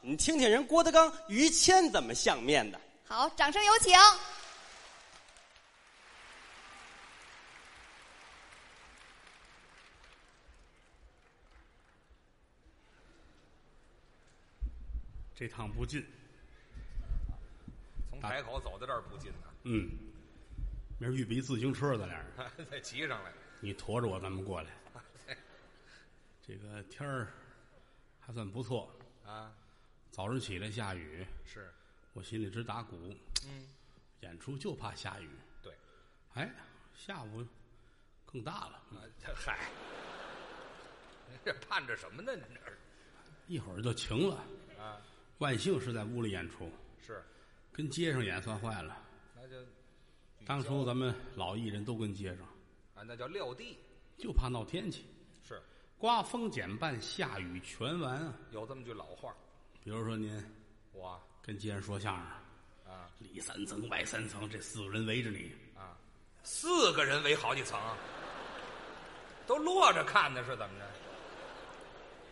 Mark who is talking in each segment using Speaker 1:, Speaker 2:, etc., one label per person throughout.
Speaker 1: 你听听人郭德纲、于谦怎么相面的。
Speaker 2: 好，掌声有请。
Speaker 3: 这趟不近，
Speaker 4: 从海口走到这儿不近
Speaker 3: 嗯，明儿预备一自行车，咱俩人
Speaker 4: 呢， 再骑上来。
Speaker 3: 你驮着我，咱们过来。
Speaker 4: 啊
Speaker 3: 这个天儿还算不错，
Speaker 4: 啊，
Speaker 3: 早上起来下雨，
Speaker 4: 是，
Speaker 3: 我心里直打鼓。
Speaker 4: 嗯，
Speaker 3: 演出就怕下雨。
Speaker 4: 对，
Speaker 3: 哎，下午更大了，
Speaker 4: 啊，这嗨， 这盼着什么呢？你这儿
Speaker 3: 一会儿就晴了。
Speaker 4: 啊，
Speaker 3: 万幸是在屋里演出，
Speaker 4: 是，
Speaker 3: 跟街上演算坏了。
Speaker 4: 那就雨
Speaker 3: 当初
Speaker 4: 浇
Speaker 3: 咱们老艺人都跟街上，
Speaker 4: 啊，那叫撂地，
Speaker 3: 就怕闹天气，
Speaker 4: 是
Speaker 3: 刮风减半，下雨全完啊。
Speaker 4: 有这么句老话，
Speaker 3: 比如说您
Speaker 4: 我
Speaker 3: 跟街上说相声，
Speaker 4: 啊
Speaker 3: 里三层外三层，这四个人围着你，
Speaker 4: 啊，四个人围好几层，都落着看的是怎么着？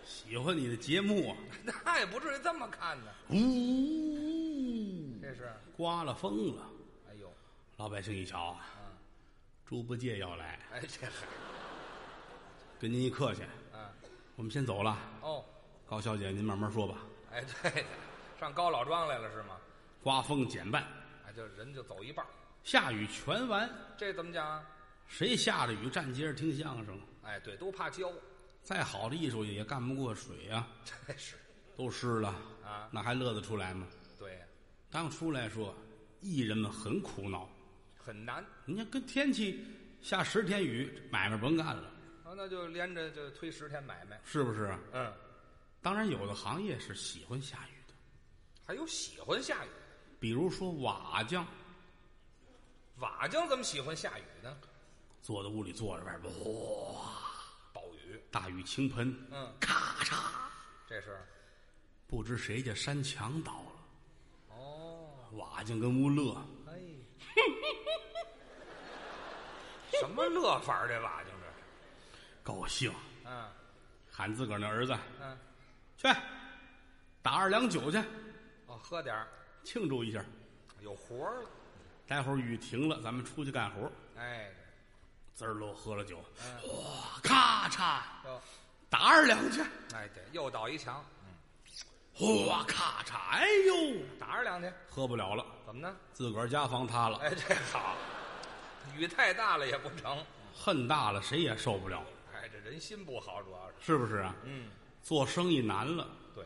Speaker 3: 喜欢你的节目啊，
Speaker 4: 那也不至于这么看呢，
Speaker 3: 呜，
Speaker 4: 这是，
Speaker 3: 刮了风了，
Speaker 4: 哎呦，
Speaker 3: 老百姓一瞧啊，猪八戒要来，
Speaker 4: 哎这嗨，
Speaker 3: 跟您一客气，
Speaker 4: 啊，
Speaker 3: 我们先走了。
Speaker 4: 哦，
Speaker 3: 高小姐，您慢慢说吧。
Speaker 4: 哎对，上高老庄来了是吗？
Speaker 3: 刮风减半，
Speaker 4: 哎，就人就走一半儿，
Speaker 3: 下雨全完，
Speaker 4: 这怎么讲啊？
Speaker 3: 谁下着雨站街上听相声？
Speaker 4: 哎，对，都怕浇，
Speaker 3: 再好的艺术也干不过水呀、啊，
Speaker 4: 这是
Speaker 3: 都湿了
Speaker 4: 啊
Speaker 3: 那还乐得出来吗？
Speaker 4: 对呀，
Speaker 3: 当初来说，艺人们很苦恼。
Speaker 4: 很难
Speaker 3: 你看，跟天气下十天雨，买卖甭干了，
Speaker 4: 啊，那就连着就推十天买卖，
Speaker 3: 是不是？
Speaker 4: 嗯，
Speaker 3: 当然，有的行业是喜欢下雨的，
Speaker 4: 还有喜欢下雨，
Speaker 3: 比如说瓦匠，
Speaker 4: 瓦匠怎么喜欢下雨呢？
Speaker 3: 坐在屋里坐着，外边哗，
Speaker 4: 暴雨，
Speaker 3: 大雨倾盆，
Speaker 4: 嗯，
Speaker 3: 咔嚓，
Speaker 4: 这是，
Speaker 3: 不知谁家山墙倒了，
Speaker 4: 哦，
Speaker 3: 瓦匠跟屋乐，
Speaker 4: 哎， 什么乐法儿这瓦匠这
Speaker 3: 高兴，
Speaker 4: 是，嗯
Speaker 3: 喊自个儿那儿子
Speaker 4: 嗯，
Speaker 3: 去打二两酒去，
Speaker 4: 哦，喝点儿，
Speaker 3: 庆祝一下。
Speaker 4: 有活儿了，
Speaker 3: 待会儿雨停了，咱们出去干活。
Speaker 4: 哎，
Speaker 3: 滋儿喽，喝了酒，
Speaker 4: 嗯
Speaker 3: 哇，咔嚓，
Speaker 4: 又，
Speaker 3: 打二两去，
Speaker 4: 哎对，又倒一墙，
Speaker 3: 哗，咔嚓，哎呦，
Speaker 4: 打着两去，
Speaker 3: 喝不了了，
Speaker 4: 怎么呢？
Speaker 3: 自个儿家房塌了，
Speaker 4: 哎，这好，雨太大了也不成，
Speaker 3: 恨大了，谁也受不了，
Speaker 4: 哎，这人心不好，主要是，
Speaker 3: 是不是啊？
Speaker 4: 嗯，
Speaker 3: 做生意难了。
Speaker 4: 对，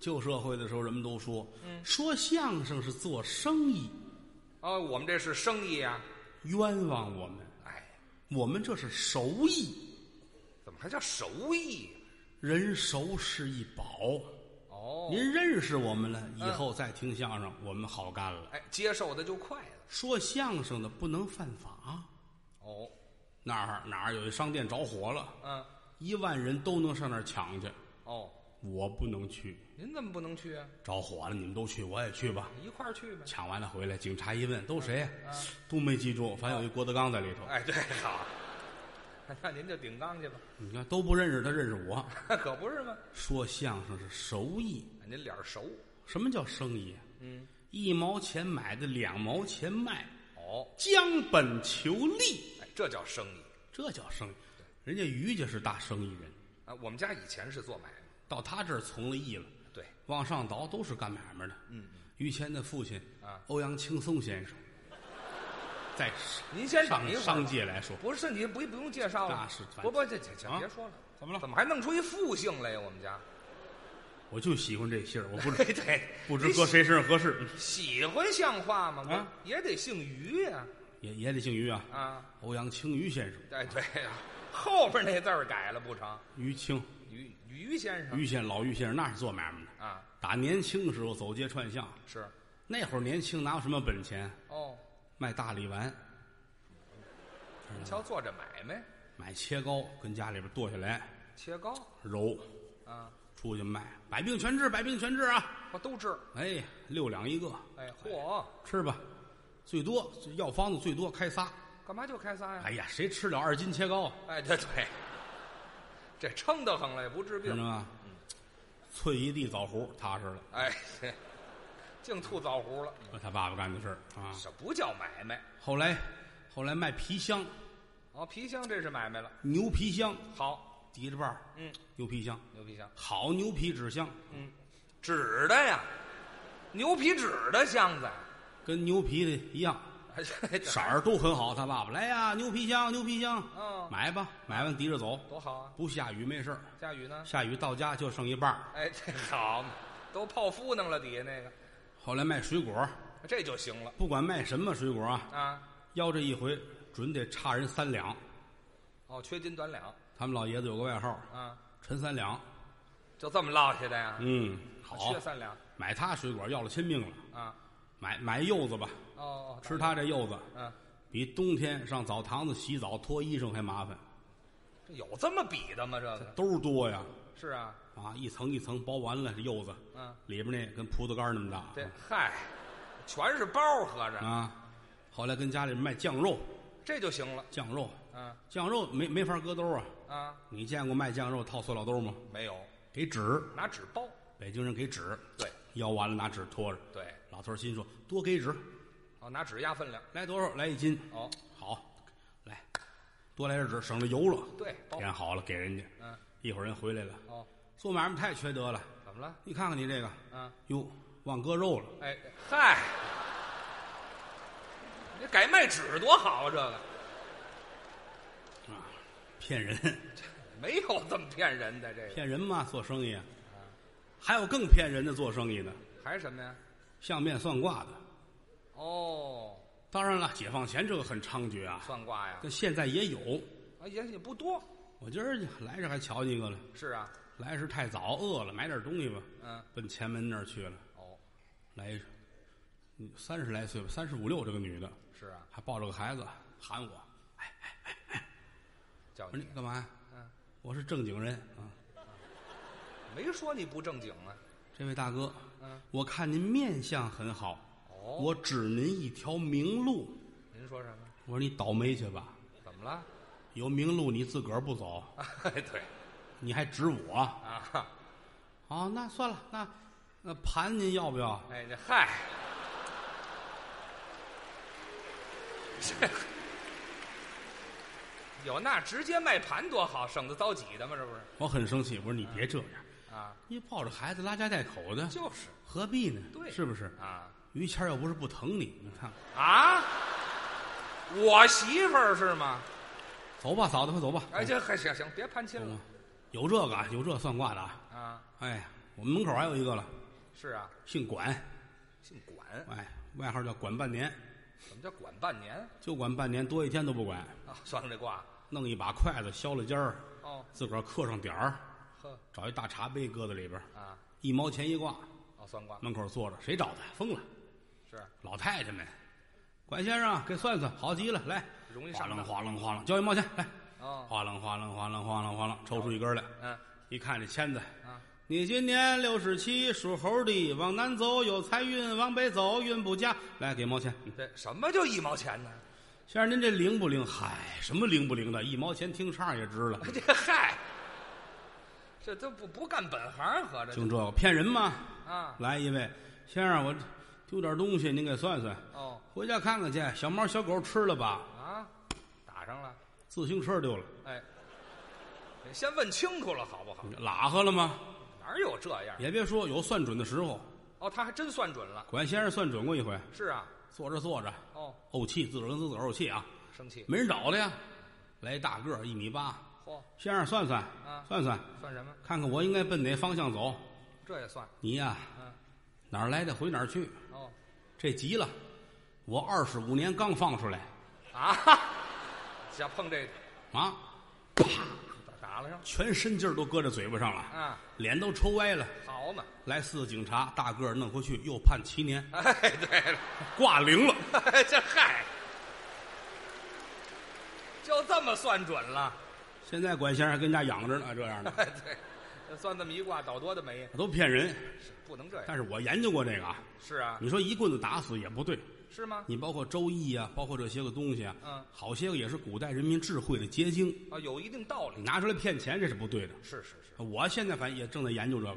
Speaker 3: 旧社会的时候，人们都说，
Speaker 4: 嗯
Speaker 3: 说相声是做生意，
Speaker 4: 哦，我们这是生意啊，
Speaker 3: 冤枉我们，
Speaker 4: 哎，
Speaker 3: 我们这是手艺，
Speaker 4: 怎么还叫手艺？
Speaker 3: 人熟是一宝。
Speaker 4: 哦，嗯
Speaker 3: 您认识我们了，以后再听相声，我们好干了。
Speaker 4: 哎，接受的就快了。
Speaker 3: 说相声的不能犯法，
Speaker 4: 哦，
Speaker 3: 那儿哪儿有一商店着火了，
Speaker 4: 嗯，
Speaker 3: 一万人都能上那儿抢去，
Speaker 4: 哦，
Speaker 3: 我不能去。
Speaker 4: 您怎么不能去啊？
Speaker 3: 着火了，你们都去，我也去吧。
Speaker 4: 一块儿去呗。
Speaker 3: 抢完了回来，警察一问，都谁呀、都没记住，反正有一郭德纲在里头。
Speaker 4: 哎，对，好，那 您就顶缸去吧，
Speaker 3: 你看都不认识他，认识我。
Speaker 4: 可不是吗？
Speaker 3: 说相声是手艺，
Speaker 4: 哎您脸儿熟。
Speaker 3: 什么叫生意？
Speaker 4: 嗯，
Speaker 3: 一毛钱买的，两毛钱卖，
Speaker 4: 哦，
Speaker 3: 将本求利，
Speaker 4: 哎，这叫生意
Speaker 3: 这叫生意。人家于家是大生意人，
Speaker 4: 啊。我们家以前是做买卖，
Speaker 3: 到他这儿从了艺了。
Speaker 4: 对，
Speaker 3: 往上倒都是干买卖的。嗯，于谦的父亲
Speaker 4: 啊
Speaker 3: 欧阳青松先 生，在
Speaker 4: 您先等
Speaker 3: 上
Speaker 4: 一会儿
Speaker 3: 商界来说，
Speaker 4: 不是你不不用介绍了，
Speaker 3: 那是
Speaker 4: 不不，这这这
Speaker 3: 啊
Speaker 4: 别说了，
Speaker 3: 怎么了
Speaker 4: 怎么还弄出一复姓来呀？我们家，
Speaker 3: 我就喜欢这姓儿，我不
Speaker 4: 对
Speaker 3: 知
Speaker 4: 对，
Speaker 3: 不知搁谁身上合适，
Speaker 4: 喜欢像话吗？
Speaker 3: 啊
Speaker 4: 我也得姓于呀，
Speaker 3: 也也得姓于啊。
Speaker 4: 啊，
Speaker 3: 欧阳青于先生，
Speaker 4: 哎对呀， 后边那字儿改了不成？
Speaker 3: 于青，
Speaker 4: 于于先生
Speaker 3: 于先老于先生那是做买卖的，
Speaker 4: 啊，
Speaker 3: 打年轻的时候走街串巷，
Speaker 4: 是
Speaker 3: 那会儿年轻哪有什么本钱，
Speaker 4: 哦，
Speaker 3: 卖大力丸，
Speaker 4: 您瞧做这买卖，
Speaker 3: 买切糕，跟家里边剁下来
Speaker 4: 切糕
Speaker 3: 揉，
Speaker 4: 啊，
Speaker 3: 出去卖，百病全治，百病全治啊！
Speaker 4: 我哦都治。
Speaker 3: 哎，六两一个，
Speaker 4: 哎，嚯，
Speaker 3: 吃吧，最多药方子最多开仨。
Speaker 4: 干嘛就开仨呀？
Speaker 3: 哎呀，谁吃了二斤切糕？啊
Speaker 4: 哎，对对，这撑得很了也不治
Speaker 3: 知道
Speaker 4: 病。
Speaker 3: 吗？啐一地枣核，踏实了。
Speaker 4: 哎， 净吐枣核了，
Speaker 3: 这他爸爸干的事儿啊。
Speaker 4: 这不叫买卖。
Speaker 3: 后来，后来卖皮箱，
Speaker 4: 哦，皮箱这是买卖了。
Speaker 3: 牛皮箱，
Speaker 4: 好，
Speaker 3: 提着把儿
Speaker 4: 嗯，
Speaker 3: 牛皮箱，
Speaker 4: 牛皮箱，
Speaker 3: 好牛皮纸箱，
Speaker 4: 纸的呀，牛皮纸的箱子呀。
Speaker 3: 跟牛皮的一样，
Speaker 4: 哎这
Speaker 3: 色儿都很好。他爸爸来呀，牛皮箱，牛皮箱，
Speaker 4: 嗯
Speaker 3: 买吧，买完提着走，
Speaker 4: 多好啊！
Speaker 3: 不下雨没事儿，
Speaker 4: 下雨呢？
Speaker 3: 下雨到家就剩一半儿。
Speaker 4: 哎，这好嘛，都泡芙弄了底下那个，
Speaker 3: 后来卖水果，
Speaker 4: 这就行了
Speaker 3: 不管卖什么水果啊，
Speaker 4: 啊。
Speaker 3: 要这一回准得差人三两。
Speaker 4: 哦，缺斤短两
Speaker 3: 他们老爷子有个外号
Speaker 4: 啊，
Speaker 3: “陈三两
Speaker 4: 就这么落下的呀”，？
Speaker 3: 嗯，好
Speaker 4: 缺，三两
Speaker 3: 买他水果要了亲命了，
Speaker 4: 啊。
Speaker 3: 买买柚子吧，
Speaker 4: 哦，
Speaker 3: 吃他这柚子，
Speaker 4: 嗯，
Speaker 3: 比冬天上澡堂子洗澡脱衣裳还麻烦，
Speaker 4: 这有这么比的吗？这个
Speaker 3: 兜儿多呀，
Speaker 4: 是啊，
Speaker 3: 啊，一层一层剥完了这柚子，
Speaker 4: 嗯，
Speaker 3: 里边那跟葡萄干儿那么大，
Speaker 4: 这嗨，全是包合着，
Speaker 3: 啊，后来跟家里卖酱肉，
Speaker 4: 这就行了。
Speaker 3: 酱肉，
Speaker 4: 啊
Speaker 3: 酱肉没没法搁兜儿啊，
Speaker 4: 啊，
Speaker 3: 你见过卖酱肉套塑料兜儿吗？
Speaker 4: 没有，
Speaker 3: 给纸，
Speaker 4: 拿纸包。
Speaker 3: 北京人给纸，
Speaker 4: 对
Speaker 3: 要完了拿纸托着，
Speaker 4: 对，
Speaker 3: 老头儿心说多给纸，
Speaker 4: 哦，拿纸压分量。
Speaker 3: 来多少来一斤，
Speaker 4: 哦，
Speaker 3: 好，来，多来点纸，省着油了。
Speaker 4: 对，包。
Speaker 3: 点好了给人家，
Speaker 4: 嗯，
Speaker 3: 一会儿人回来了，
Speaker 4: 哦，
Speaker 3: 做买卖太缺德了。
Speaker 4: 怎么了？
Speaker 3: 你看看你这个，
Speaker 4: 啊，
Speaker 3: 哟，忘割肉了，
Speaker 4: 哎，嗨，你改卖纸多好啊！这个
Speaker 3: 骗人，
Speaker 4: 没有这么骗人的，这个
Speaker 3: 骗人嘛，做生意啊。还有更骗人的做生意的，
Speaker 4: 还是什么呀？
Speaker 3: 相面算卦的。
Speaker 4: 哦，
Speaker 3: 当然了，解放前这个很猖獗啊，
Speaker 4: 算卦呀，
Speaker 3: 但现在也有。
Speaker 4: 啊，也也不多。
Speaker 3: 我今儿来这还瞧见一个了，
Speaker 4: 是啊，
Speaker 3: 来时太早，饿了，买点东西吧，
Speaker 4: 嗯，
Speaker 3: 奔前门那儿去了。
Speaker 4: 哦，
Speaker 3: 来一，嗯三十来岁吧，三十五六这个女的，
Speaker 4: 是啊，
Speaker 3: 还抱着个孩子，喊我，
Speaker 4: 叫
Speaker 3: 我说
Speaker 4: 你
Speaker 3: 你干嘛呀？
Speaker 4: 嗯，
Speaker 3: 我是正经人啊。
Speaker 4: 没说你不正经啊。
Speaker 3: 这位大哥，
Speaker 4: 嗯，
Speaker 3: 我看您面相很好，
Speaker 4: 哦，
Speaker 3: 我指您一条明路。
Speaker 4: 您说什么？
Speaker 3: 我说你倒霉去吧，
Speaker 4: 怎么了？
Speaker 3: 有明路你自个儿不走，
Speaker 4: 哎，对
Speaker 3: 你还指我？
Speaker 4: 啊，
Speaker 3: 哦，那算了，那那盘您要不要？
Speaker 4: 哎，这嗨， 这有那直接卖盘多好，省得着急的嘛，这不是？
Speaker 3: 我很生气，我说你别这样，
Speaker 4: 啊，
Speaker 3: 你抱着孩子拉家带口的，
Speaker 4: 就是
Speaker 3: 何必呢？
Speaker 4: 对
Speaker 3: 是不是？
Speaker 4: 啊
Speaker 3: 于谦儿又不是不疼你，你看，
Speaker 4: 啊，我媳妇儿是吗？
Speaker 3: 走吧，嫂子，快走吧。
Speaker 4: 哎，这还行行，别攀亲
Speaker 3: 走吧
Speaker 4: 了
Speaker 3: 有这个啊，有这算卦的啊。
Speaker 4: 啊！
Speaker 3: 哎呀，我们门口还有一个了，
Speaker 4: 是啊，
Speaker 3: 姓管，
Speaker 4: 姓管，
Speaker 3: 哎，外号叫管半年，
Speaker 4: 怎么叫管半年
Speaker 3: 就管半年，多一天都不管。
Speaker 4: 啊？算上这卦
Speaker 3: 弄一把筷子削了尖儿，
Speaker 4: 哦，
Speaker 3: 自个儿刻上点儿，
Speaker 4: 呵
Speaker 3: 找一大茶杯搁在里边儿，
Speaker 4: 啊，
Speaker 3: 一毛钱一挂，
Speaker 4: 哦，算卦
Speaker 3: 门口坐着，谁找的？疯了！
Speaker 4: 是
Speaker 3: 老太太们，管先生啊给算算，好极了，来，
Speaker 4: 容易
Speaker 3: 哗
Speaker 4: 上
Speaker 3: 楞
Speaker 4: 当
Speaker 3: 哗楞哗楞，交一毛钱来，
Speaker 4: 哦，
Speaker 3: 哗楞哗楞哗楞哗楞哗楞，抽出一根来，
Speaker 4: 嗯
Speaker 3: 一看这签子，
Speaker 4: 啊，
Speaker 3: 你今年六十七，属猴的，往南走有财运，往北走运不佳，来给毛钱。嗯
Speaker 4: 这什么叫一毛钱呢？
Speaker 3: 先生，您这灵不灵？嗨，什么灵不灵的？一毛钱听唱也值了，
Speaker 4: 这嗨，这都不不干本行，合着
Speaker 3: 就这个骗人吗？
Speaker 4: 啊
Speaker 3: 来一位，先生，我丢点东西，您给算算，
Speaker 4: 哦
Speaker 3: 回家看看去。小猫小狗吃了吧？
Speaker 4: 啊，打上了，
Speaker 3: 自行车丢了，
Speaker 4: 哎，得先问清楚了好不好？
Speaker 3: 拉和了吗？
Speaker 4: 哪有这样？
Speaker 3: 也别说，有算准的时候。
Speaker 4: 哦，他还真算准了。
Speaker 3: 管先生算准过一回，
Speaker 4: 是啊，
Speaker 3: 坐着坐着
Speaker 4: 哦，
Speaker 3: 怄气，自个儿跟自个儿怄气啊，
Speaker 4: 生气，
Speaker 3: 没人找他呀。来一大个儿，一米八，
Speaker 4: 嚯、
Speaker 3: 先生算算，
Speaker 4: 啊
Speaker 3: 算算，
Speaker 4: 算什么？
Speaker 3: 看看我应该奔哪方向走。
Speaker 4: 这也算，
Speaker 3: 你呀、
Speaker 4: 嗯，
Speaker 3: 哪儿来的回哪儿去，
Speaker 4: 哦，
Speaker 3: 这急了。我二十五年刚放出来
Speaker 4: 啊， 想碰这个，
Speaker 3: 啊，
Speaker 4: 打打了上
Speaker 3: 全身劲儿都搁在嘴巴上了，
Speaker 4: 啊，
Speaker 3: 脸都抽歪了。
Speaker 4: 好嘛，
Speaker 3: 来四个警察，大个儿弄回去又判七年，
Speaker 4: 哎，对了，
Speaker 3: 挂零了。
Speaker 4: 这嗨，就这么算准了，
Speaker 3: 现在管先生还跟家养着呢，这样的
Speaker 4: 哎，对，这算这么一卦，倒多的霉，
Speaker 3: 都骗人。
Speaker 4: 不能这样，
Speaker 3: 但是我研究过这个啊，
Speaker 4: 是啊，
Speaker 3: 你说一棍子打死也不对，
Speaker 4: 是吗？
Speaker 3: 你包括《周易》啊，包括这些个东西啊，
Speaker 4: 嗯
Speaker 3: 好些个也是古代人民智慧的结晶，
Speaker 4: 啊，有一定道理，
Speaker 3: 拿出来骗钱这是不对的。
Speaker 4: 是是是，
Speaker 3: 我现在反正也正在研究这个，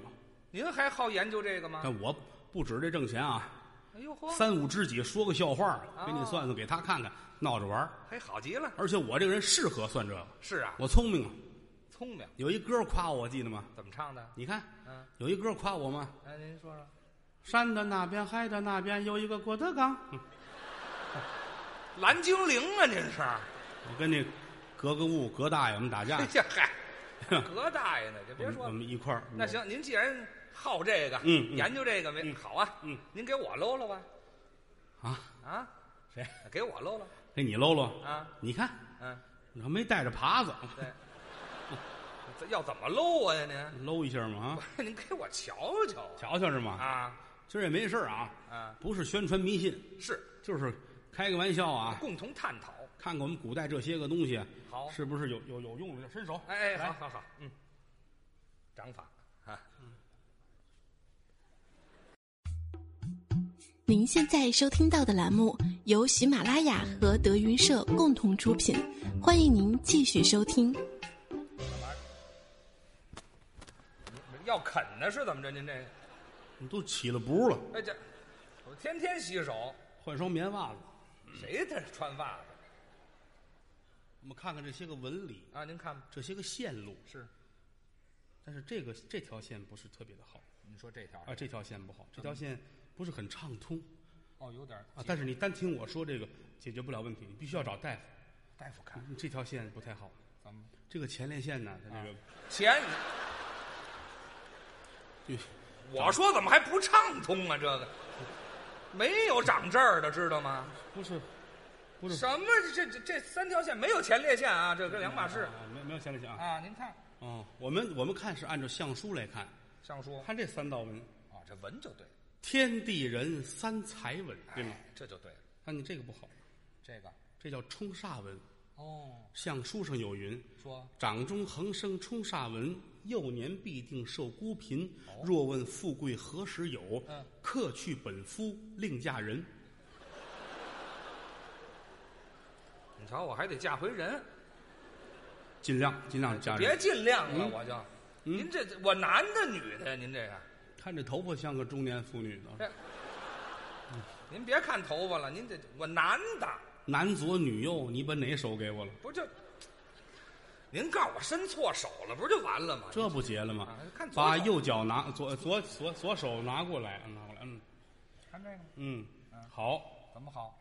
Speaker 4: 您还好研究这个吗？
Speaker 3: 但我不指这挣钱啊，
Speaker 4: 哎呦嚯，
Speaker 3: 三五知己说个笑话，给你算算，给他看看，闹着玩儿
Speaker 4: 还好极了。
Speaker 3: 而且我这个人适合算这个，
Speaker 4: 是啊，
Speaker 3: 我聪明啊。
Speaker 4: 聪明，
Speaker 3: 有一歌夸我，记得吗？
Speaker 4: 怎么唱的？
Speaker 3: 你看，
Speaker 4: 嗯，
Speaker 3: 有一歌夸我吗？
Speaker 4: 哎，您说说，
Speaker 3: 山的那边，海的那边，有一个郭德纲。嗯
Speaker 4: 蓝精灵啊，您是？
Speaker 3: 我跟那格格物格大爷我们打架
Speaker 4: 哎，呀嗨，葛大爷呢？就 别说
Speaker 3: 我
Speaker 4: 了。
Speaker 3: 们一块儿。
Speaker 4: 那行，您既然好这个，
Speaker 3: 嗯嗯嗯
Speaker 4: 研究这个没
Speaker 3: 嗯
Speaker 4: 好啊，
Speaker 3: 嗯，
Speaker 4: 您给我搂搂吧，
Speaker 3: 啊，
Speaker 4: 啊，
Speaker 3: 谁
Speaker 4: 给我搂搂
Speaker 3: 给你搂搂？
Speaker 4: 啊，
Speaker 3: 你看，
Speaker 4: 嗯，
Speaker 3: 你还没带着耙子，
Speaker 4: 对， 这要怎么搂我呀您？
Speaker 3: 搂一下嘛啊，
Speaker 4: 您给我瞧瞧
Speaker 3: 瞧瞧是吗？
Speaker 4: 啊
Speaker 3: 今儿也没事儿啊，
Speaker 4: 啊，
Speaker 3: 不是宣传迷信，
Speaker 4: 是
Speaker 3: 就是开个玩笑啊，
Speaker 4: 共同探讨。
Speaker 3: 看看我们古代这些个东西，啊
Speaker 4: 好
Speaker 3: 是不是有有有用的？伸手，
Speaker 4: 哎哎，
Speaker 3: 来
Speaker 4: 好好好，嗯，掌法啊，
Speaker 2: 您现在收听到的栏目由喜马拉雅和德云社共同出品，欢迎您继续收听。
Speaker 4: 要啃呢是怎么着？您这个，
Speaker 3: 你都起了不了，
Speaker 4: 哎这，我天天洗手，
Speaker 3: 换双棉袜子。
Speaker 4: 谁在这穿袜子
Speaker 3: 我们看看这些个纹理，
Speaker 4: 啊？您看吧，
Speaker 3: 这些个线路，
Speaker 4: 是，
Speaker 3: 但是这个这条线不是特别的好
Speaker 4: 你说这条
Speaker 3: 啊，这条线不
Speaker 4: 嗯
Speaker 3: 好，这条线不是很畅通
Speaker 4: 哦，有点
Speaker 3: 啊。但是你单听我说这个解决不了问题，你必须要找大夫。啊
Speaker 4: 大夫看
Speaker 3: 你这条线不太好，
Speaker 4: 咱们
Speaker 3: 这个前列腺呢，它这个
Speaker 4: 啊钱，
Speaker 3: 就
Speaker 4: 我说怎么还不畅通啊？这个没有长这儿的，知道吗？
Speaker 3: 不是不是
Speaker 4: 什么这这这三条线没有前列腺啊？这跟两码事
Speaker 3: 啊，没有没有前列腺啊。
Speaker 4: 啊！您看
Speaker 3: 哦，我们我们看是按照相书来看，
Speaker 4: 尚书
Speaker 3: 看这三道纹，
Speaker 4: 啊，这文就对了，
Speaker 3: 天地人三才纹，对吗？
Speaker 4: 哎这就对了，
Speaker 3: 那你这个不好，
Speaker 4: 这个
Speaker 3: 这叫冲煞纹。
Speaker 4: 哦，
Speaker 3: 相书上有云：
Speaker 4: 说
Speaker 3: 掌中横生冲煞纹，幼年必定受孤贫。若问富贵何时有
Speaker 4: 哦嗯？
Speaker 3: 客去本夫另嫁人。
Speaker 4: 你瞧我还得嫁回人，
Speaker 3: 尽量尽量嫁
Speaker 4: 别
Speaker 3: 人。
Speaker 4: 尽量了，我就。您这我男的女的呀？您这个，
Speaker 3: 看这头发像个中年妇女的，
Speaker 4: 这您别看头发了，您这我男的
Speaker 3: 男左女右，你把哪手给我了？
Speaker 4: 不就？您告诉我伸错手了，不是就完了吗？
Speaker 3: 这不结了吗
Speaker 4: 啊看？左手
Speaker 3: 把右脚拿左左左左手拿过来，拿过来，嗯
Speaker 4: 看这个
Speaker 3: 嗯，好，
Speaker 4: 怎么好？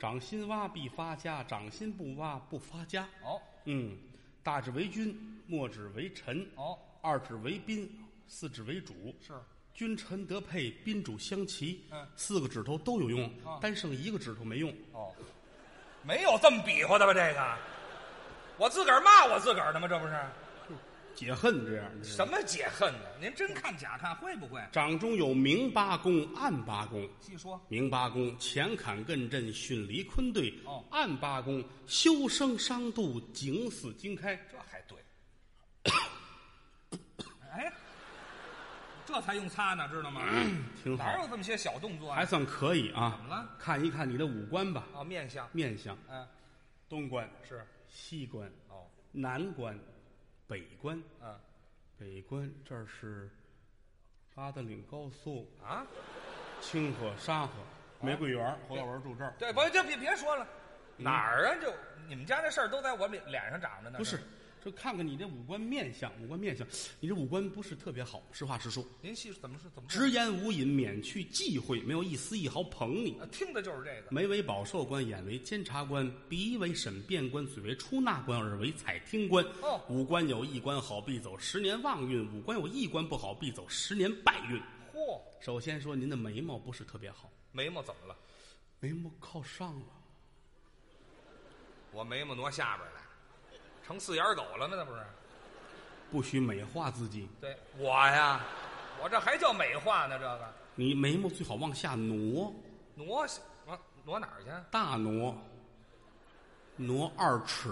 Speaker 3: 掌心挖必发家，掌心不挖不发家。
Speaker 4: 哦
Speaker 3: 嗯，大指为君，末指为臣，
Speaker 4: 哦，
Speaker 3: 二指为宾，四指为主。
Speaker 4: 是
Speaker 3: 君臣得配，宾主相齐。
Speaker 4: 嗯
Speaker 3: 四个指头都有用
Speaker 4: 啊，
Speaker 3: 单剩一个指头没用。
Speaker 4: 哦，没有这么比划的吧？这个，我自个儿骂我自个儿的吗？这不是
Speaker 3: 解恨这样。这是
Speaker 4: 什么解恨呢？您真看假看会不会？
Speaker 3: 掌中有明八公、暗八公。
Speaker 4: 细说
Speaker 3: 明八公前坎艮震，巽离坤兑；
Speaker 4: 哦
Speaker 3: 暗八公修生伤度，景死经开。
Speaker 4: 这还 对。哎，这才用擦呢，知道吗？
Speaker 3: 挺好
Speaker 4: 哪有这么些小动作
Speaker 3: 嗯还
Speaker 4: 啊？
Speaker 3: 算可以啊。
Speaker 4: 怎么了
Speaker 3: 看一看你的五官吧，
Speaker 4: 哦，面相，
Speaker 3: 面相：
Speaker 4: 嗯，
Speaker 3: 东关、
Speaker 4: 是，
Speaker 3: 西关、
Speaker 4: 哦，
Speaker 3: 南关、北关。
Speaker 4: 嗯，
Speaker 3: 北关这儿是八达岭高速、
Speaker 4: 啊，
Speaker 3: 清河、沙河、玫瑰园、侯耀文住这儿。
Speaker 4: 对，不，就别别说了，哪儿啊？就你们家这事儿都在我脸脸上长着
Speaker 3: 嗯
Speaker 4: 呢。
Speaker 3: 不是，，就看看你这五官面相，五官面相，你这五官不是特别好，实话实说，
Speaker 4: 您细怎么是怎么
Speaker 3: 直言无隐，免去忌讳，没有一丝一毫捧你。
Speaker 4: 啊听的就是这个。
Speaker 3: 眉为保寿官，眼为监察官，鼻为审辩官，嘴为出纳官，耳为采听官。
Speaker 4: 哦
Speaker 3: 五官有一官好，必走十年旺运；五官有一官不好，必走十年败运。
Speaker 4: 嚯，
Speaker 3: 首先说您的眉毛不是特别好，
Speaker 4: 眉毛怎么了？
Speaker 3: 眉毛靠上了。
Speaker 4: 我眉毛挪下边儿来，成四眼狗了吗？那不是？
Speaker 3: 不许美化自己，
Speaker 4: 对，我呀， 我这还叫美化呢，这个
Speaker 3: 你眉毛最好往下挪，
Speaker 4: 挪下往挪哪儿去？啊
Speaker 3: 大挪，挪二尺，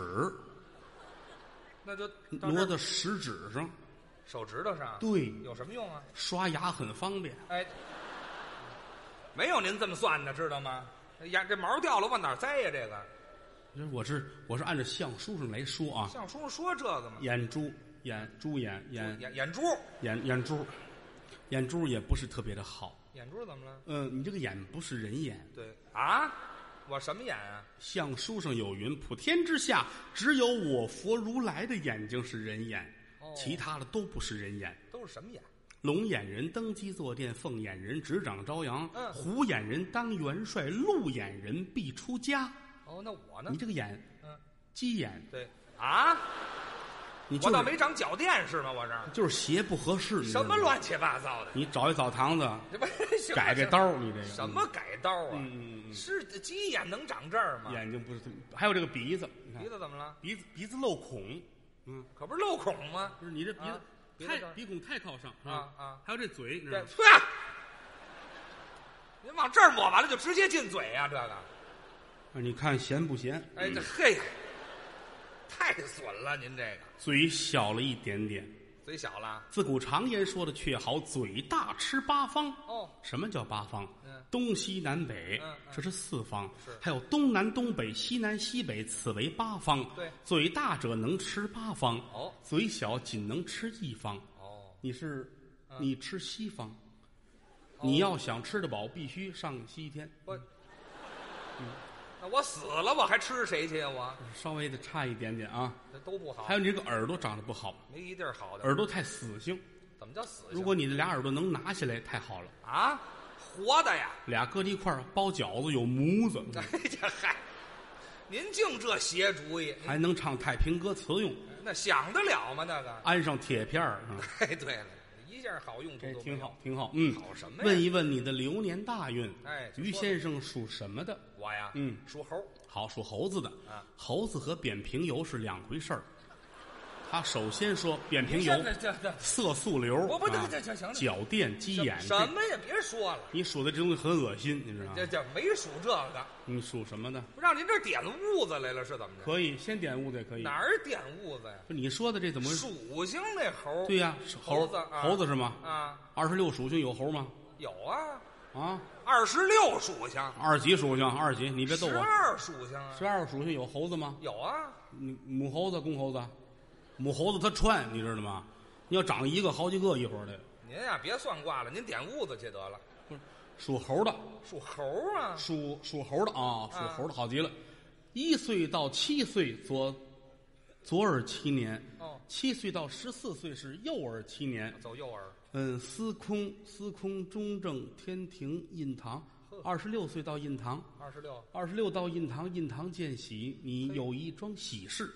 Speaker 4: 那就到这
Speaker 3: 挪
Speaker 4: 儿
Speaker 3: 到食指上。
Speaker 4: 手指头上。
Speaker 3: 对，
Speaker 4: 有什么用啊？
Speaker 3: 刷牙很方便。
Speaker 4: 哎，没有您这么算的，知道吗？哎呀，这毛掉了往哪儿栽呀、这个
Speaker 3: 就是我是我是按照相书上来说啊，
Speaker 4: 像叔叔说这个吗？
Speaker 3: 眼珠眼珠眼眼
Speaker 4: 眼眼珠
Speaker 3: 眼眼珠，眼珠也不是特别的好。
Speaker 4: 眼珠怎么了？
Speaker 3: 嗯、你这个眼不是人眼。
Speaker 4: 对啊，我什么眼啊？
Speaker 3: 像书上有云：“普天之下，只有我佛如来的眼睛是人眼，
Speaker 4: 哦
Speaker 3: 其他的都不是人眼。
Speaker 4: 都是什么眼？
Speaker 3: 龙眼人登基坐殿，凤眼人执掌朝阳，
Speaker 4: 嗯
Speaker 3: 虎眼人当元帅，鹿眼人必出家。
Speaker 4: 哦，那我呢
Speaker 3: 你？这个眼，
Speaker 4: 嗯，
Speaker 3: 鸡眼，
Speaker 4: 对啊，
Speaker 3: 你就
Speaker 4: 我
Speaker 3: 是
Speaker 4: 倒没长脚垫是吗？我这儿
Speaker 3: 就是鞋不合适。你知道
Speaker 4: 什
Speaker 3: 吗
Speaker 4: 么？乱啊七八糟的？
Speaker 3: 你找一澡堂子
Speaker 4: 这不 行
Speaker 3: 嗯改改
Speaker 4: 行
Speaker 3: 刀儿，你这个
Speaker 4: 什么改刀啊？
Speaker 3: 嗯嗯嗯
Speaker 4: 是鸡眼能长这儿吗？
Speaker 3: 眼睛不是特别？还有这个鼻子，你看
Speaker 4: 鼻子怎么了？
Speaker 3: 鼻子鼻子漏孔，嗯，
Speaker 4: 可不是漏孔吗？
Speaker 3: 就是你这鼻
Speaker 4: 啊
Speaker 3: 子
Speaker 4: 鼻子这
Speaker 3: 太
Speaker 4: 儿
Speaker 3: 鼻孔太靠上
Speaker 4: 啊啊
Speaker 3: 还有这嘴，你知道
Speaker 4: 这
Speaker 3: 吗？
Speaker 4: 去！您往这儿抹完了就直接进嘴呀、这个，
Speaker 3: 啊你看咸不咸？
Speaker 4: 哎，这嘿，太损了！您这个
Speaker 3: 嘴小了一点点。
Speaker 4: 嘴小了，
Speaker 3: 自古常言说的却好，嘴大吃八方。
Speaker 4: 哦，
Speaker 3: 什么叫八方？
Speaker 4: 嗯
Speaker 3: 东西南北
Speaker 4: 嗯嗯，
Speaker 3: 这是四方
Speaker 4: 是。
Speaker 3: 还有东南东北西南西北，此为八方。
Speaker 4: 对
Speaker 3: 嘴大者能吃八方，
Speaker 4: 哦
Speaker 3: 嘴小仅能吃一方。
Speaker 4: 哦，
Speaker 3: 你是，你吃西方。
Speaker 4: 哦
Speaker 3: 你要想吃得饱，必须上西天。
Speaker 4: 我，那我死了我还吃谁去啊？我
Speaker 3: 稍微的差一点点啊。
Speaker 4: 这都不好
Speaker 3: 嗯还，有你这个耳朵长得不好，
Speaker 4: 没一地儿好的。
Speaker 3: 耳朵太死性。
Speaker 4: 怎么叫死性？
Speaker 3: 如果你的俩耳朵能拿下来，太好了。
Speaker 4: 啊，活的呀！
Speaker 3: 俩搁在一块儿包饺子有模子，
Speaker 4: 哎这嗨，您净这邪主意，
Speaker 3: 还能唱太平歌词用，
Speaker 4: 那想得了吗？那个？
Speaker 3: 安上铁片儿， 啊
Speaker 4: 哎，对了，一件好用
Speaker 3: 这
Speaker 4: 途都没
Speaker 3: 哎挺
Speaker 4: 有。
Speaker 3: 好，挺好。嗯，
Speaker 4: 好什么呀
Speaker 3: 问一问你的流年大运。
Speaker 4: 哎
Speaker 3: 于先生属什么的？
Speaker 4: 我呀，
Speaker 3: 嗯
Speaker 4: 属猴。
Speaker 3: 好，属猴子的
Speaker 4: 啊。
Speaker 3: 猴子和扁平疣是两回事儿。他首先说扁平
Speaker 4: 现
Speaker 3: 疣
Speaker 4: 在、这这
Speaker 3: 色素瘤
Speaker 4: 我不
Speaker 3: 啊
Speaker 4: 这这这行了
Speaker 3: 脚垫、鸡眼，
Speaker 4: 什
Speaker 3: 这啊
Speaker 4: 什么呀？别说了，
Speaker 3: 你数的这东西很恶心，你知道吗
Speaker 4: 这？这没数这个，
Speaker 3: 你属什么的？
Speaker 4: 不让您这点痦子来了是怎么着？
Speaker 3: 可以先点痦子也可以。
Speaker 4: 哪儿点痦子呀？
Speaker 3: 不是你说的这怎么？
Speaker 4: 属性那猴，
Speaker 3: 对呀，是猴
Speaker 4: 猴子啊
Speaker 3: 猴子是吗？
Speaker 4: 啊，
Speaker 3: 二十六属性有猴吗？
Speaker 4: 有啊，
Speaker 3: 啊，
Speaker 4: 二十六属性，
Speaker 3: 二级属性，二级，你别逗
Speaker 4: 十
Speaker 3: 我。
Speaker 4: 二属性啊
Speaker 3: 十，二属性有猴子吗？
Speaker 4: 有啊，
Speaker 3: 你母猴子、公猴子，母猴子它串，你知道吗？你要长一个，好几个一会儿的。
Speaker 4: 您呀别算卦了，您点痦子去得了。
Speaker 3: 属猴的，
Speaker 4: 属猴啊，
Speaker 3: 属属猴的啊，属
Speaker 4: 啊
Speaker 3: 猴的好极了。一岁到七岁左左耳七年，
Speaker 4: 哦
Speaker 3: 七岁到十四岁是右耳七年。
Speaker 4: 走右耳，
Speaker 3: 嗯，司空、司空、中正、天庭、印堂，二十六岁到印堂，
Speaker 4: 二十六，
Speaker 3: 二十六到印堂，印堂见喜，你有一桩喜事。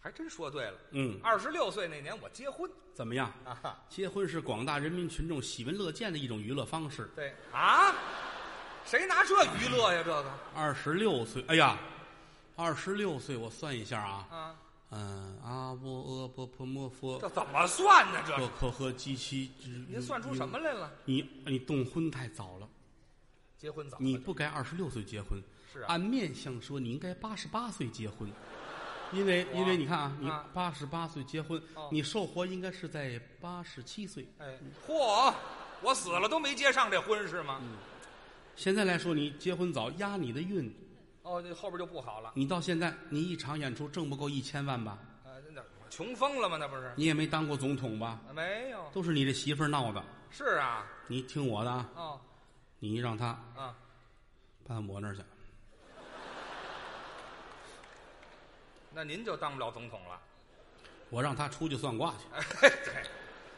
Speaker 4: 还真说对了。
Speaker 3: 嗯，
Speaker 4: 二十六岁那年我结婚
Speaker 3: 怎么样？
Speaker 4: 啊哈，
Speaker 3: 结婚是广大人民群众喜闻乐见的一种娱乐方式。
Speaker 4: 对啊，谁拿这娱乐呀？这个
Speaker 3: 二十六岁，哎呀，二十六岁，我算一下啊，
Speaker 4: 啊，
Speaker 3: 嗯，阿波阿波婆摩佛
Speaker 4: 这，怎么算呢？这
Speaker 3: 克
Speaker 4: 是
Speaker 3: 科和基奇，
Speaker 4: 您算出什么来了？
Speaker 3: 你你动婚太早了，
Speaker 4: 结婚早，
Speaker 3: 你不该二十六岁结婚。
Speaker 4: 是啊
Speaker 3: 按面相说，你应该八十八岁结婚，因为因为你看啊，你
Speaker 4: 啊
Speaker 3: 八十八岁结婚
Speaker 4: 哦，
Speaker 3: 你受活应该是在八十七岁。
Speaker 4: 哎，嚯，我死了都没结上这婚是吗？
Speaker 3: 嗯现在来说，你结婚早压你的运，
Speaker 4: 哦，这后边就不好了，
Speaker 3: 你到现在你一场演出挣不够一千万吧？
Speaker 4: 啊，那穷疯了吗？那不是？
Speaker 3: 你也没当过总统吧？
Speaker 4: 啊没有，
Speaker 3: 都是你这媳妇儿闹的。
Speaker 4: 是啊，
Speaker 3: 你听我的啊，
Speaker 4: 哦
Speaker 3: 你让她
Speaker 4: 啊，
Speaker 3: 搬我那儿去。
Speaker 4: 那您就当不了总统了。
Speaker 3: 我让她出去算卦去，
Speaker 4: 哎，对，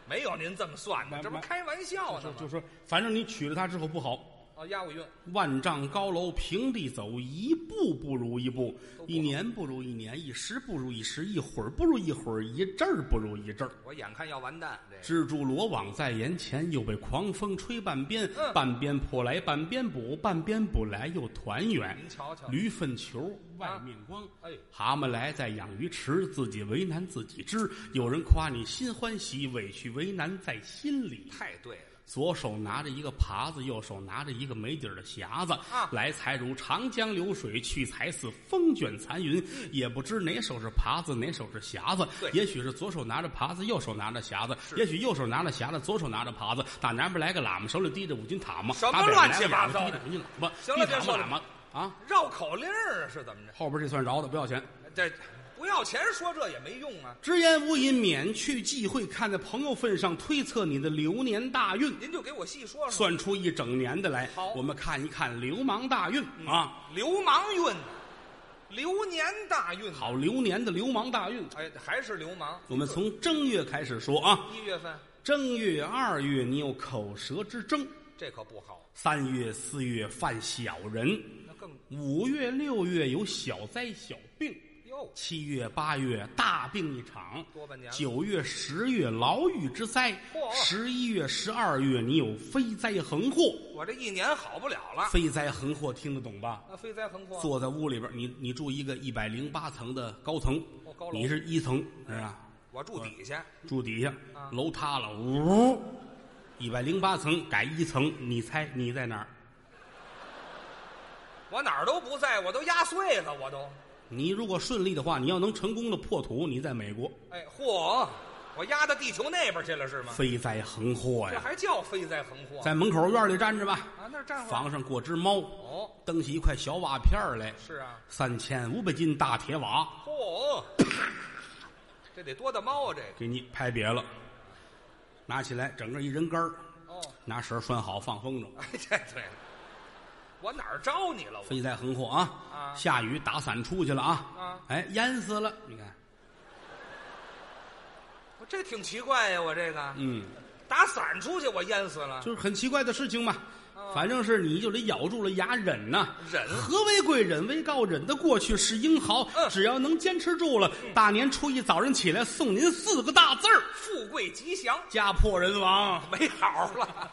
Speaker 4: 没有您这么算的，
Speaker 3: 买
Speaker 4: 这不
Speaker 3: 买
Speaker 4: 开玩笑呢
Speaker 3: 就
Speaker 4: 吗？
Speaker 3: 说反正你娶了她之后不好，
Speaker 4: 哦，押我运，
Speaker 3: 万丈高楼平地走，一步不如一步
Speaker 4: 都不好，
Speaker 3: 一年不如一年，一时不如一时，一会儿不如一会儿，一阵儿不如一阵儿。
Speaker 4: 我眼看要完蛋，这
Speaker 3: 蜘蛛罗网在眼前，又被狂风吹半边，半边扑来，半边补，半边补来又团圆。
Speaker 4: 您瞧瞧
Speaker 3: 驴粪球外面光，
Speaker 4: 哎
Speaker 3: 蛤蟆来在养鱼池，自己为难自己知。有人夸你心欢喜，委屈为难在心里。
Speaker 4: 太对了，
Speaker 3: 左手拿着一个耙子，右手拿着一个没底儿的匣子。
Speaker 4: 啊
Speaker 3: 来财如长江流水，去财似风卷残云。也不知哪手是耙子，哪手是匣子
Speaker 4: 嗯对。
Speaker 3: 也许是左手拿着耙子，右手拿着匣子；也许右手拿着匣子，左手拿着耙子。打南边来个喇嘛，手里提着五斤塔嘛。
Speaker 4: 什么
Speaker 3: 打北边
Speaker 4: 乱
Speaker 3: 来
Speaker 4: 七
Speaker 3: 个
Speaker 4: 八
Speaker 3: 喇嘛
Speaker 4: 糟
Speaker 3: 提
Speaker 4: 的
Speaker 3: 着五斤喇嘛。
Speaker 4: 行了
Speaker 3: 提塔
Speaker 4: 别说
Speaker 3: 嘛
Speaker 4: 了
Speaker 3: 喇嘛啊！
Speaker 4: 绕口令儿啊是怎么着？
Speaker 3: 后边这算饶的，不要钱。
Speaker 4: 这不要钱说这也没用啊！
Speaker 3: 直言无隐，免去忌讳，看在朋友份上，推测你的流年大运，
Speaker 4: 您就给我细说说。
Speaker 3: 算出一整年的来。
Speaker 4: 好嗯
Speaker 3: 我们看一看流氓大运啊，
Speaker 4: 流氓运，流年大运。，
Speaker 3: 好流年的流氓大运。
Speaker 4: 哎，还是流氓。
Speaker 3: 我们从正月开始说啊，
Speaker 4: 一月份
Speaker 3: 正月、二月你有口舌之争，
Speaker 4: 这可不好，
Speaker 3: 三月、四月犯小人，
Speaker 4: 那更
Speaker 3: 五月、六月有小灾小病，
Speaker 4: 哟
Speaker 3: 七月、八月大病一场，
Speaker 4: 多半年了
Speaker 3: 九月、十月牢狱之灾，
Speaker 4: 嚯
Speaker 3: 十一月、十二月你有飞灾横祸，
Speaker 4: 我这一年好不了了。
Speaker 3: 飞灾横祸听得懂吧？
Speaker 4: 那飞灾横祸，
Speaker 3: 坐在屋里边，你你住一个一百零八层的高层
Speaker 4: 哦高，楼
Speaker 3: 你是一层是吧？
Speaker 4: 我住底下，
Speaker 3: 住底下
Speaker 4: 啊，
Speaker 3: 楼塌了，呜，一百零八层改一层，你猜你在哪儿？
Speaker 4: 我哪儿都不在，我都压碎了，我都。
Speaker 3: 你如果顺利的话，你要能成功的破土，你在美国，
Speaker 4: 哎，嚯，我压到地球那边去了是吗？
Speaker 3: 飞灾横祸
Speaker 4: 这
Speaker 3: 呀！
Speaker 4: 还啊叫飞灾横祸？
Speaker 3: 在门口院里站着吧，
Speaker 4: 啊，那儿站会儿。
Speaker 3: 房上过只猫，
Speaker 4: 哦，
Speaker 3: 蹬起一块小瓦片儿来，
Speaker 4: 是啊，
Speaker 3: 三千五百斤大铁瓦，
Speaker 4: 嚯，这得多大猫啊这个？
Speaker 3: 给你拍瘪了，拿起来整个一人干儿，
Speaker 4: 哦，
Speaker 3: 拿绳儿拴好放风筝。
Speaker 4: 哎，这对，我哪儿招你了我？
Speaker 3: 飞灾横祸啊！
Speaker 4: 啊
Speaker 3: 下雨打伞出去了啊！
Speaker 4: 啊
Speaker 3: 哎，淹死了！你看，
Speaker 4: 我这挺奇怪呀，我这个
Speaker 3: 嗯，
Speaker 4: 打伞出去我淹死了，
Speaker 3: 就是很奇怪的事情嘛。
Speaker 4: 啊
Speaker 3: 反正是你就得咬住了牙忍呐、
Speaker 4: 忍
Speaker 3: 和为贵，忍为高，忍得过去是英豪。
Speaker 4: 嗯
Speaker 3: 只要能坚持住了，大年初一早晨起来送您四个大字儿：
Speaker 4: 富贵吉祥，
Speaker 3: 家破人亡。
Speaker 4: 没好了。